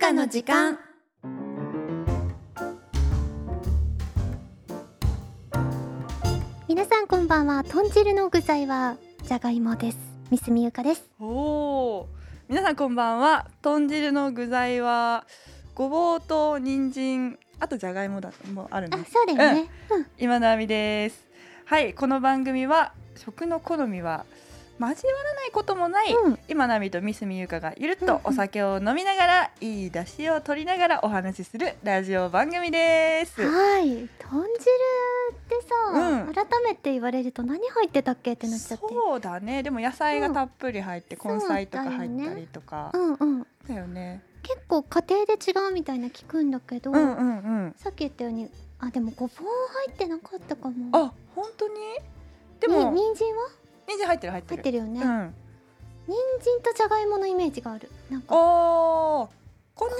たの時間皆さんこんばんは豚汁の具材はじゃがいもですミスミユカですおお皆さんこんばんは豚汁の具材はごぼうと人参あとじゃがいもだもあるあねそうだよね、うん今のあみですはいこの番組は食の好みは交わらないこともない、うん今なみとミスミユカがゆるっうんうんとお酒を飲みながら、いい出汁を取りながらお話しするラジオ番組ですはい豚汁ってさ、うん改めて言われると何入ってたっけってなっちゃってそうだねでも野菜がたっぷり入って、うん根菜とかそうだよ入ねったりとかうんうんだよね結構家庭で違うみたいな聞くんだけど、うんうんうんさっき言ったようにあでもごぼう入ってなかったかもあ本当にでもに人参は人参入ってる入って入るってるよね、うん人参とじゃがいものイメージがあるなんかこんにおーこんにゃ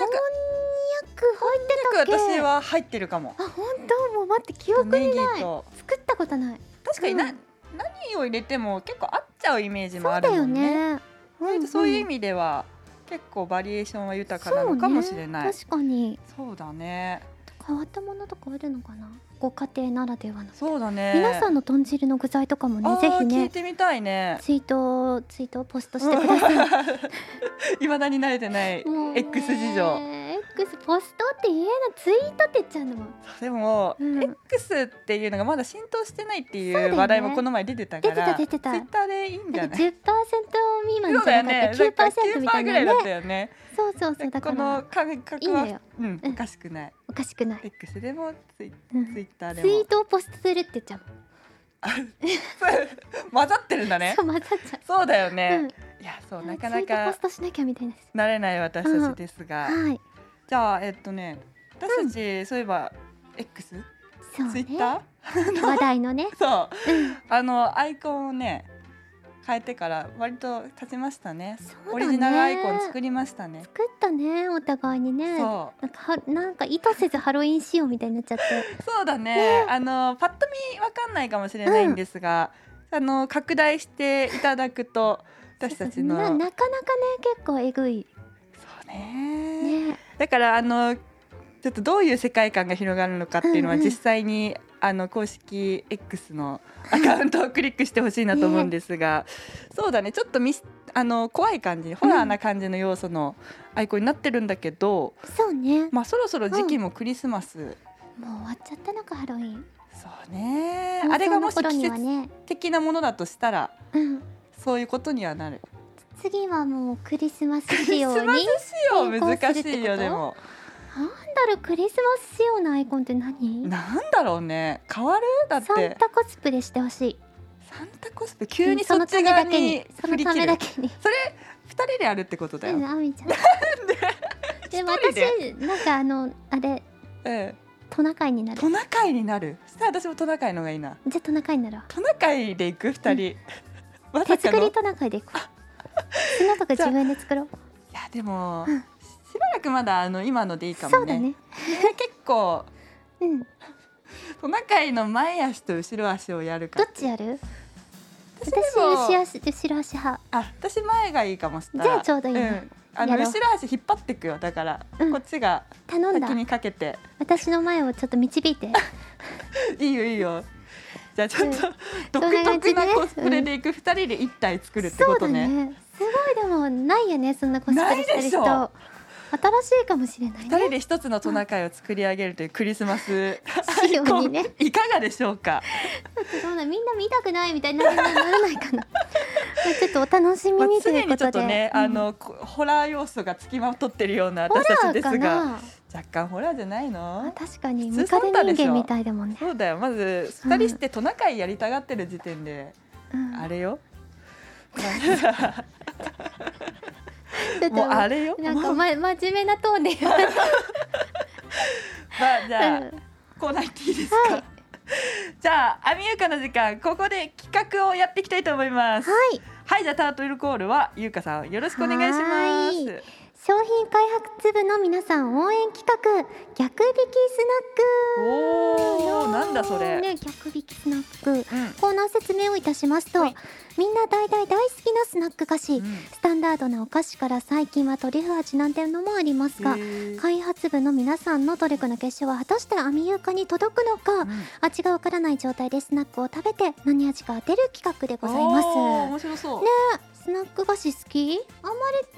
ゃくく入ってたっこんにゃくけ私は入ってるかもあ本当もう待って記憶にネギないと作ったことない確かにな、うん何を入れても結構合っちゃうイメージもそあうだるもよんねねうんんそういう意味では結構バリエーションは豊かなのかもしれないそうね確かにそうだね変わったものとかあるのかなご家庭ならではの、そうだね皆さんの豚汁の具材とかもあねー聞ぜひねいてみたいねツイートをツイートをポストしてくださいいまだに慣れてない もうね X 事情 X ポストって言えないツイートって言っちゃうのもでも、うん X っていうのがまだ浸透してないってそいうだようね話題もこの前出てたから出てた出てた Twitter でいいんじなゃんかない10%未そう満じだよゃなかねった9%みたいぐならいねだったよねそうそうそうだかこのら感覚いいのはようん、うおんかしくないおかしくない、 X でもツイうんツイッターでツイもートをポストするって言っちゃうもん混ざってるんだねそう混ざっちゃそうだよう、うねん、、いやそうあなかなツイートポかストしなきゃみたいな慣れない私たちですが、はいじゃあえっとね私たち、そういえば X そうツイねッタ話題のねー そううんあのアイコンをね変えてから割と経ちましたねそうだねオリジナルアイコン作りましたね作ったねお互いにねなんかそはなんか意図せずハロウィン仕様みたいになっちゃってうそうだねあのパッと見わかんないかもしれないんですが、あの拡大していただくと私たちのななかなかね結構えぐいそうねねだからあのちょっとどういう世界観が広がるのかっていうのはうんうん実際に、あの公式 X のアカウントをクリックしてほしい なと思うんですが、そうだねちょっとミスあの怖い感じホラーな感じの要素のアイコンになってるんだけど、そうねまあそろそろ時期もクリスマス、もう終わっちゃったのかハロウィンそうね放あれ送がものし頃季には節ね的なものだとしたらうんそういうことにはなる。次はもうクリスマスク仕リス様にマス仕様変更する難ってことしいよでもなんだろうクリスマス仕様のアイコンって何なんだろうね変わるだってサンタコスプレしてほしいサンタコスプレ急うにんそそっのちためだ側けににそ振のりた切るめだけにそれ二人でやるってことだよ、ううんんあみちゃん一人でで私なんかあのあれトナカイになるトナカイになるそしたら私もトナカイの方がいいなじゃあトナカイになるわトナカイで行く二人、 まさ手か作のりいトナカイで いこう砂とか自分で作ろうやでも、うんしばらくまだあの今のでいいかそもうだねね結構うんどトナカイの前足と後ろ足をやるかっちやる私私でも牛足後ろ足派あ私前がいいかもしたらじゃあちょうどいいんねあのやろう後ろ足引っ張ってくよだから、うんこっちが頼んだ先にかけて 私の前をちょっと導いていいよいいよ。じゃあちょっと、そんな独感じ特でなねコスプレで行く二人で一体作るってそこうとだね。ねすごいでもないよねそんなコスプレしてる人ない新しいかもしれない二人ねで一つのトナカイを作り上げるというクリスマス仕様にねいかがでしょうか。そうだみんな見たくないみたいになならないかな まあちょっとお楽しみまあにとい常うこにちょとっとで、ね、うんあのこホラー要素がつきまとってるようなホ私たラちでーかすが、な若干ホラーじゃないあの？確かに普通ムカデサンタでしょ人間みたいだもんね、そうだよ。まずうん二人してトナカイやりたがってる時点で、うんあれよ。ちょっともうあれよ。なんか、まあま、真面目なトーンで言われてじ ゃあ。コーナー行っていいですか、はいじゃあアミユカの時間ここで企画をやっていきたいと思いますはいはいじゃあタートルコールはゆうかさんよろしくお願いします商品開発部の皆さん応援企画逆引きスナックおーなんだそれ、ね、逆引きスナックうんコーナー説明をいたしますと、はいみんな大大大好きなスナック菓子、うんスタンダードなお菓子から最近はトリュフ味なんていうのもありますへがー開発部の皆さんの努力の結晶は果たしてアミユーカに届くのか、うん味がわからない状態でスナックを食べて何味か当てる企画でございますおー面白そう。スナック菓子好きあんま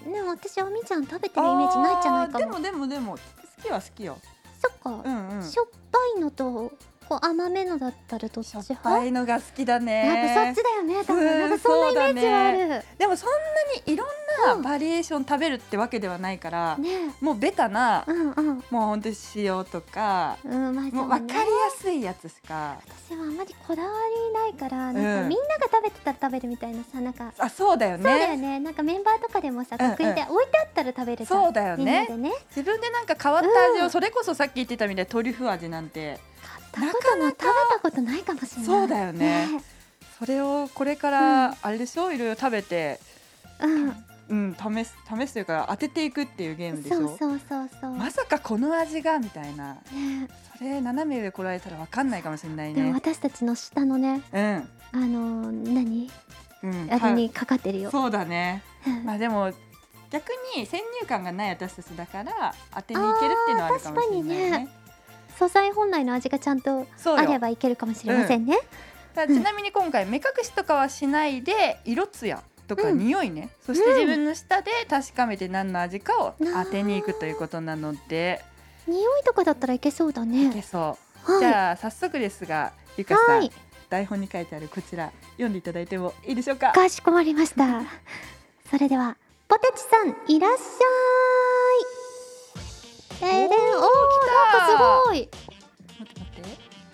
りね私あみちゃん食べてるイメージないんじゃないかあーもでもでもでも好きは好きよ。そっか、うんうん。しょっぱいのとこう甘めのだったらどっちしょっ派ぱいのが好きだやっぱそっねち。だよね多分、うんなんかそんなイメージはあるそねでもそんなにいろんなバリエーション食べるってわけではないから、もうベタな、うんうんもう本当に塩とか、うんまあもうそわうかねりやすいやつしか。私はあんまりこだわりないからなんうかんみんなが食べてたら食べるみたいなさなんかあそうだよそうだよね。ねなんかメンバーとかでもさうんうん楽屋で置いてあったら食べるじゃんそうだよみんなでね。ね自分でなんか変わった味を、うんそれこそさっき言ってたみたいなトリュフ味なんて買ったこともな食べたことないかもしれないそうだよねそれをこれからあれでしょいろいろ食べてうんうん、試す試すというか当てていくっていうゲームでしょそうそうそうそうまさかこの味がみたいなねそれ斜め上来られたら分かんないかもしれないでもね私たちの下のねうんあのー何うんあれにかかってるはよそうだねうんまあでも逆に先入観がない私たちだから当てにいけるっていうのはあるかもしれないねあー確かに素材本来の味がちゃんとそうあれよばいけるかもしれませんねただちなみに今回目隠しとかはしないで色艶とかうん匂いね、そして自分の舌で確かめて何の味かを当てにいくということなので匂いとかだったらいけそうだいけねそうはいじゃあ早速ですがゆかさん、はい台本に書いてあるこちら読んでいただいてもいいでしょうかかしこまりま したそれではポテチさんいらっしゃいえおー来ー、でおたーなんかすごい待って待っ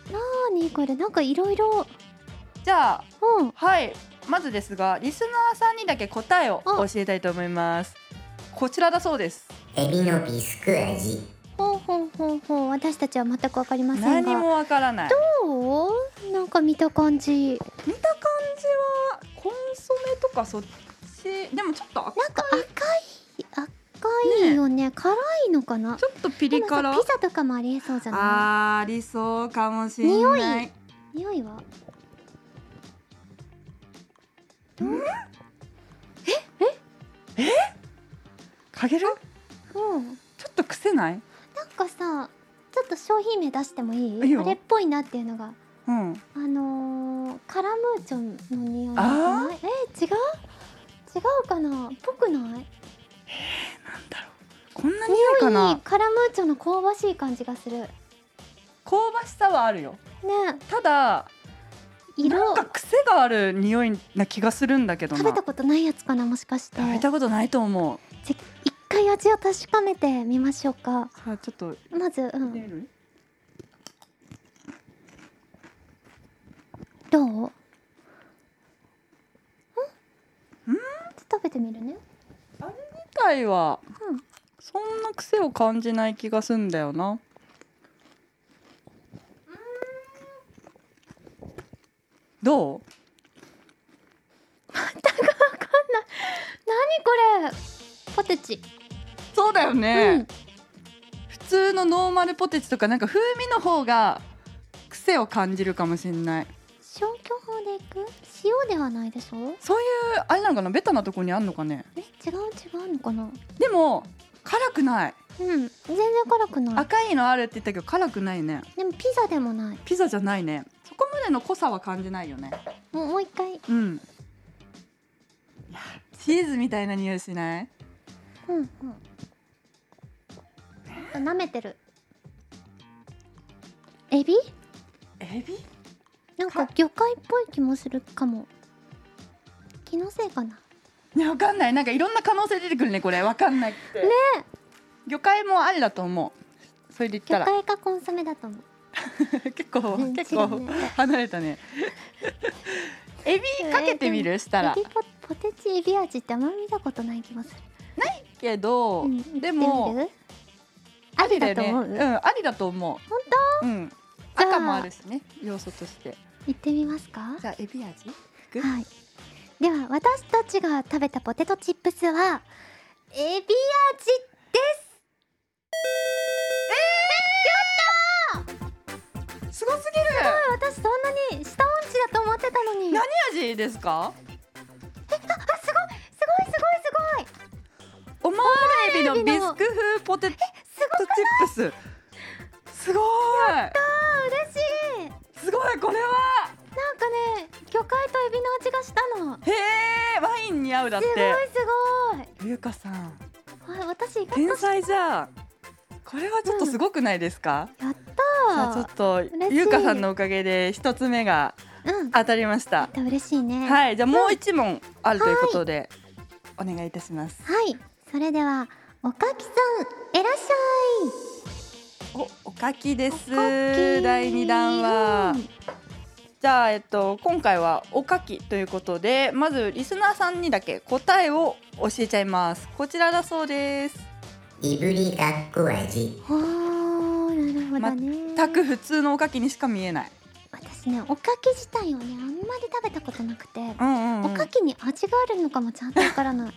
てなーにこれなんかいろいろじゃあうんはいまずですがリスナーさんにだけ答えを教えたいと思いますこちらだそうですエビのビスク味ほうほうほうほう私たちは全くわかりません何がもわからないどうなんか見た感じ見た感じはコンソメとかそっちでもちょっと赤なんか赤い赤いよね辛いのかなちょっとピでリもさ辛ピザとかもありえそうじゃなあーありそうかもしれない匂い匂いはかげるうんちょっと癖ないなんかさちょっと商品名出してもいいいいよあれっぽいなっていうのがうんあのー、カラムーチョンの匂いじゃあないえ違う違うかなぽくないこんな匂いか匂いなにカラムーチョンの香ばしい感じがするね香ばしさはあるよただな色んか癖がある匂いな気がするんだけどな食べたことないやつかなもしかして食べたことないと思うじゃ一回味を確かめてみましょうかさあちょっとまず、うん、るどううん食べてみるね自体は、うんそんな癖を感じない気がすんだよなどう何これポテチ、そうだようね、ん普通のノーマルポテチとかなんか風味の方が癖を感じるかもしれない消去法でいく塩ではないでしょそういうあれなのかなベタなとこにあんのかねえ違う違うのかなでも辛くないうん全然辛くない赤いのあるって言ったけど辛くないねでもピザでもないピザじゃないねそこまでの濃さは感じないよねもうもう一回うんいやチーズみたいな匂いしないうんうんあ舐めてるエビエビなんはか魚介っぽい気もするかも気のせいかなねわかんないなんかいろんな可能性出てくるねこれわかんないってね魚介もありだと思うそれで言った魚ら介かコンソメだと思う 結構うん結違う構ね離れたねエビかけてみるしたらエビポポテチエビ味ってあんま見たことない気もするけど、うんでも見てみるありだよありだねうと思うんありだと思う本当うんじゃあ赤もあるしね要素として行ってみますかじゃあエビ味いくはいでは私たちが食べたポテトチップスはエビ味ですすごすあ私そんなに下音痴だと思ってたのぎにる。何味ですか？あすごいすごいすごいすごオいマールエビのビスク風ポテトチすごいップス。すごい。あ嬉しいすごいこれは。なんかね魚介とエビの味がしたのへえワインに合うだっすごいて。すごいゆうかさんあ私意外と天才じゃん。これはちょっとすごくないですか？やっじゃあちょたっと嬉しいゆうかさんのおかげで一つ目がうん当たりました。あ嬉しいねはい、はいじゃあもう一問あるということでお願いいたします。それではおかきさんいらっしゃいおおかきです。おかき第二弾は。うんじゃあ、えっと、今回はおかきということでまずリスナーさんにだけ答えを教えちゃいますこちらだそうですいぶりがっこ味おーなるほどね、全く普通のおかきにしか見えない私ねおかき自体をねあんまり食べたことなくて、うんうん、うおん、かきに味があるのかもちゃんとわか らない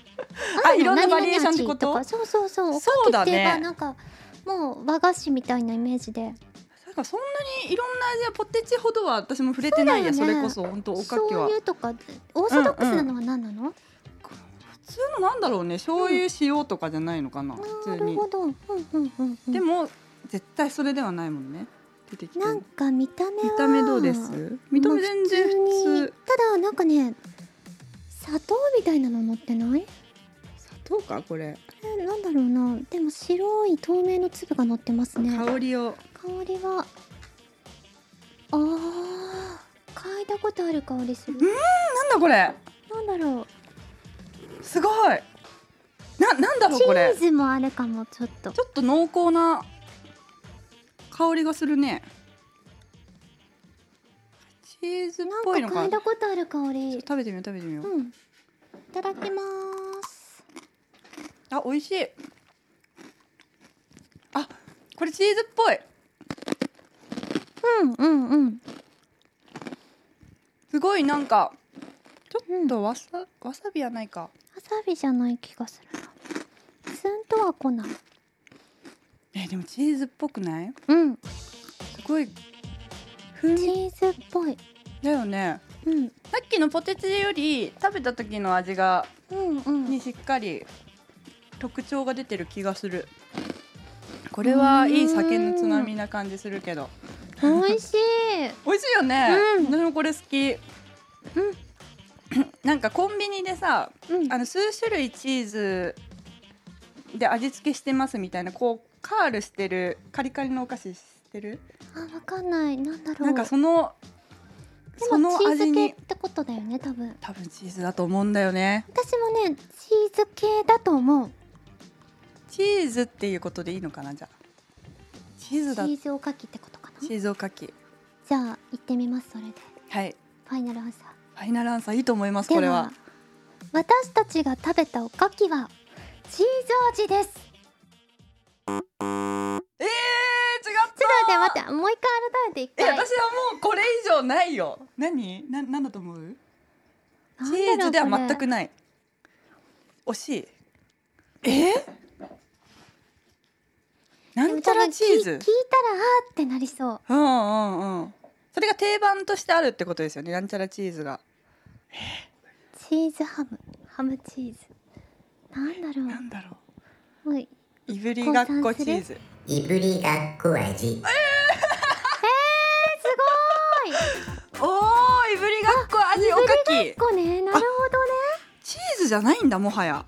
ああるのいろんな何々バリエーションってこと味かそうそうそうおかそうきっだて言えばねなんかもう和菓子みたいなイメージでなんかそんなにいろんな味はポテチほどは私も触れてないやそ,、そうだよれねこそ本当おかき醤は油とかオーソドックスなのは何なの、普通のなんだろうね醤油塩とかじゃないのかな、普通なるにほど、うんうんうんうん、でも絶対それではないもんね出てきてるなん見か見た目はた目どうです見た目全然普まあ通にただなんかね砂糖みたいなの乗ってない砂糖かこれえなんだろうなでも白い透明の粒が乗ってますね香りを香りはあー嗅いだことある香りするなんだこれなんだろすごいななんだうろうチこれーズもあるかもちょっとちょっと濃厚な香りがするねチーズっなんかぽいの嗅かいだことある香り食べてみよう食べてみよう、うんいただきますあ美味しいあこれチーズっぽいうんうんうんすごいなんかちょうっんとわさわさびはないかわさびじゃない気がするなスンとは来ないえでもチーズっぽくないうんすごいチーズっぽいだよねうんさっきのポテチより食べた時の味がうんうんにしっかり特徴が出てる気がするこれはいい酒のつまみな感じするけど美味しい美味しいよね、うん私もこれ好き、 なんかコンビニでさうんあの数種類チーズで味付けしてますみたいなこうカールしてるカリカリのお菓子してるあわかんないなんだろうなんかそのでそのもチー味ズ系っにてことだよね多分多分チーズだと思うんだよね私もねチーズ系だと思うチーズっていうことでいいのかなじゃあチーチズだチーズおかきってことかなじーズおかきゃあ行ってみますそれではいファイナルアンサファイナルアンサーいいと思いまーすこれはでは私たちが食べたおかきはチーズ味ですえー違っちょっと待って待ってもう一回改めて一たえ回私はもうこれ以上ないよ何ななんだと思うなチんだろうーズでは全こくない惜しいえー、なれんちゃらチーでも多分聞ズい聞いたらあーってなりそううんうんうんそれが定番としてあるってことですよねなんちゃらチーズがチーズハムハムチーズなんだろなんだろうもうういぶりがっこチーズいぶりがっこ味えー、すおーいぶりがっこ味おかきごい。こね、なるチーズじゃないんだもはや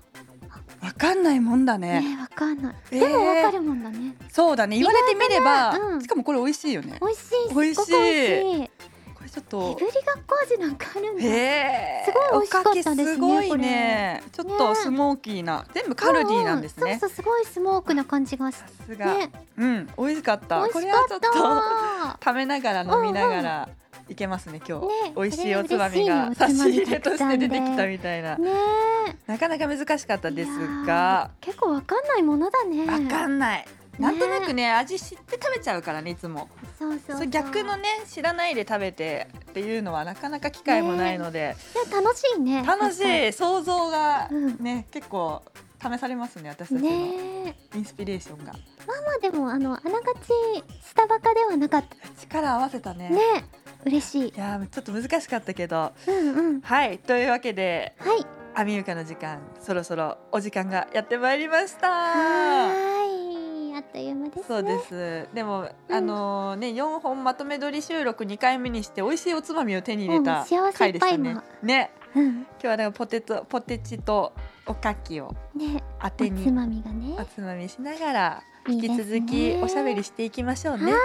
わかんないもんだほどねね。ね、わかんない。えーでもわかるもんだね。そうだね言われてみれば、意外だねうんしかもこれ美味しいよね美味しい。美味しいすっごく美味しい。これちょっいとぶりがっこ味なんかあるんだ。へーすごい美味しかったですねおかきすごいねちょっとスモーキーな全部カルディなんですうんうんねそうそう、すごいスモークな感じがしさて。すが、ね、うん美味しかっ美た味こしれかはちょっっとた。食べながら飲みながらいけますね今日、ね美味しいおつまみがそれ差嬉ししいね入れとして出てきたみたいなねえ。なかなか難しかったですいやがー結構わかんないものだね。わかんないなんとなくね味知って食べちゃうからねいつもそうそうそそうう逆のね知らないで食べてっていうのはなかなか機会もないので、いや楽しいね楽しやっい想像がうんね、結構試されますね私ぱたりちのねえインスピレーションが、まあでもあのあながちスタバカではなかった力合わせたねね嬉しいいやーちょっと難しかったけどうんうんはいというわけではいアミユカの時間そろそろお時間がやってまいりましはたーいあっという間ですねそうですでも、うんあのーね4本まとめ撮り収録2回目にして美味しいおつまみを手に入れうんた幸せ回いっでぱしたいのねねうん今日はでもポテトポテチとおかきをね当おてつにまみがねおつまみしながらい引いきですね続きおしゃべりしていきましょうね。はい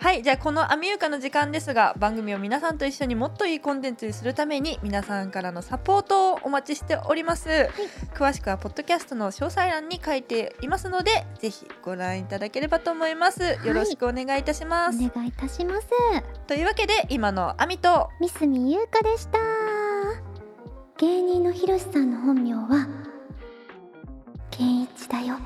はい、じゃあこの「アミユカの時間」ですが番組を皆さんと一緒にもっといいコンテンツにするために皆さんからのサポートをお待ちしております、詳しくはポッドキャストの詳細欄に書いていますのでぜひご覧いただければと思いますいよろしくお願いいたします、お願いいたしますというわけで今のアミと三角優香でした芸人のひろしさんの本名は健一だよ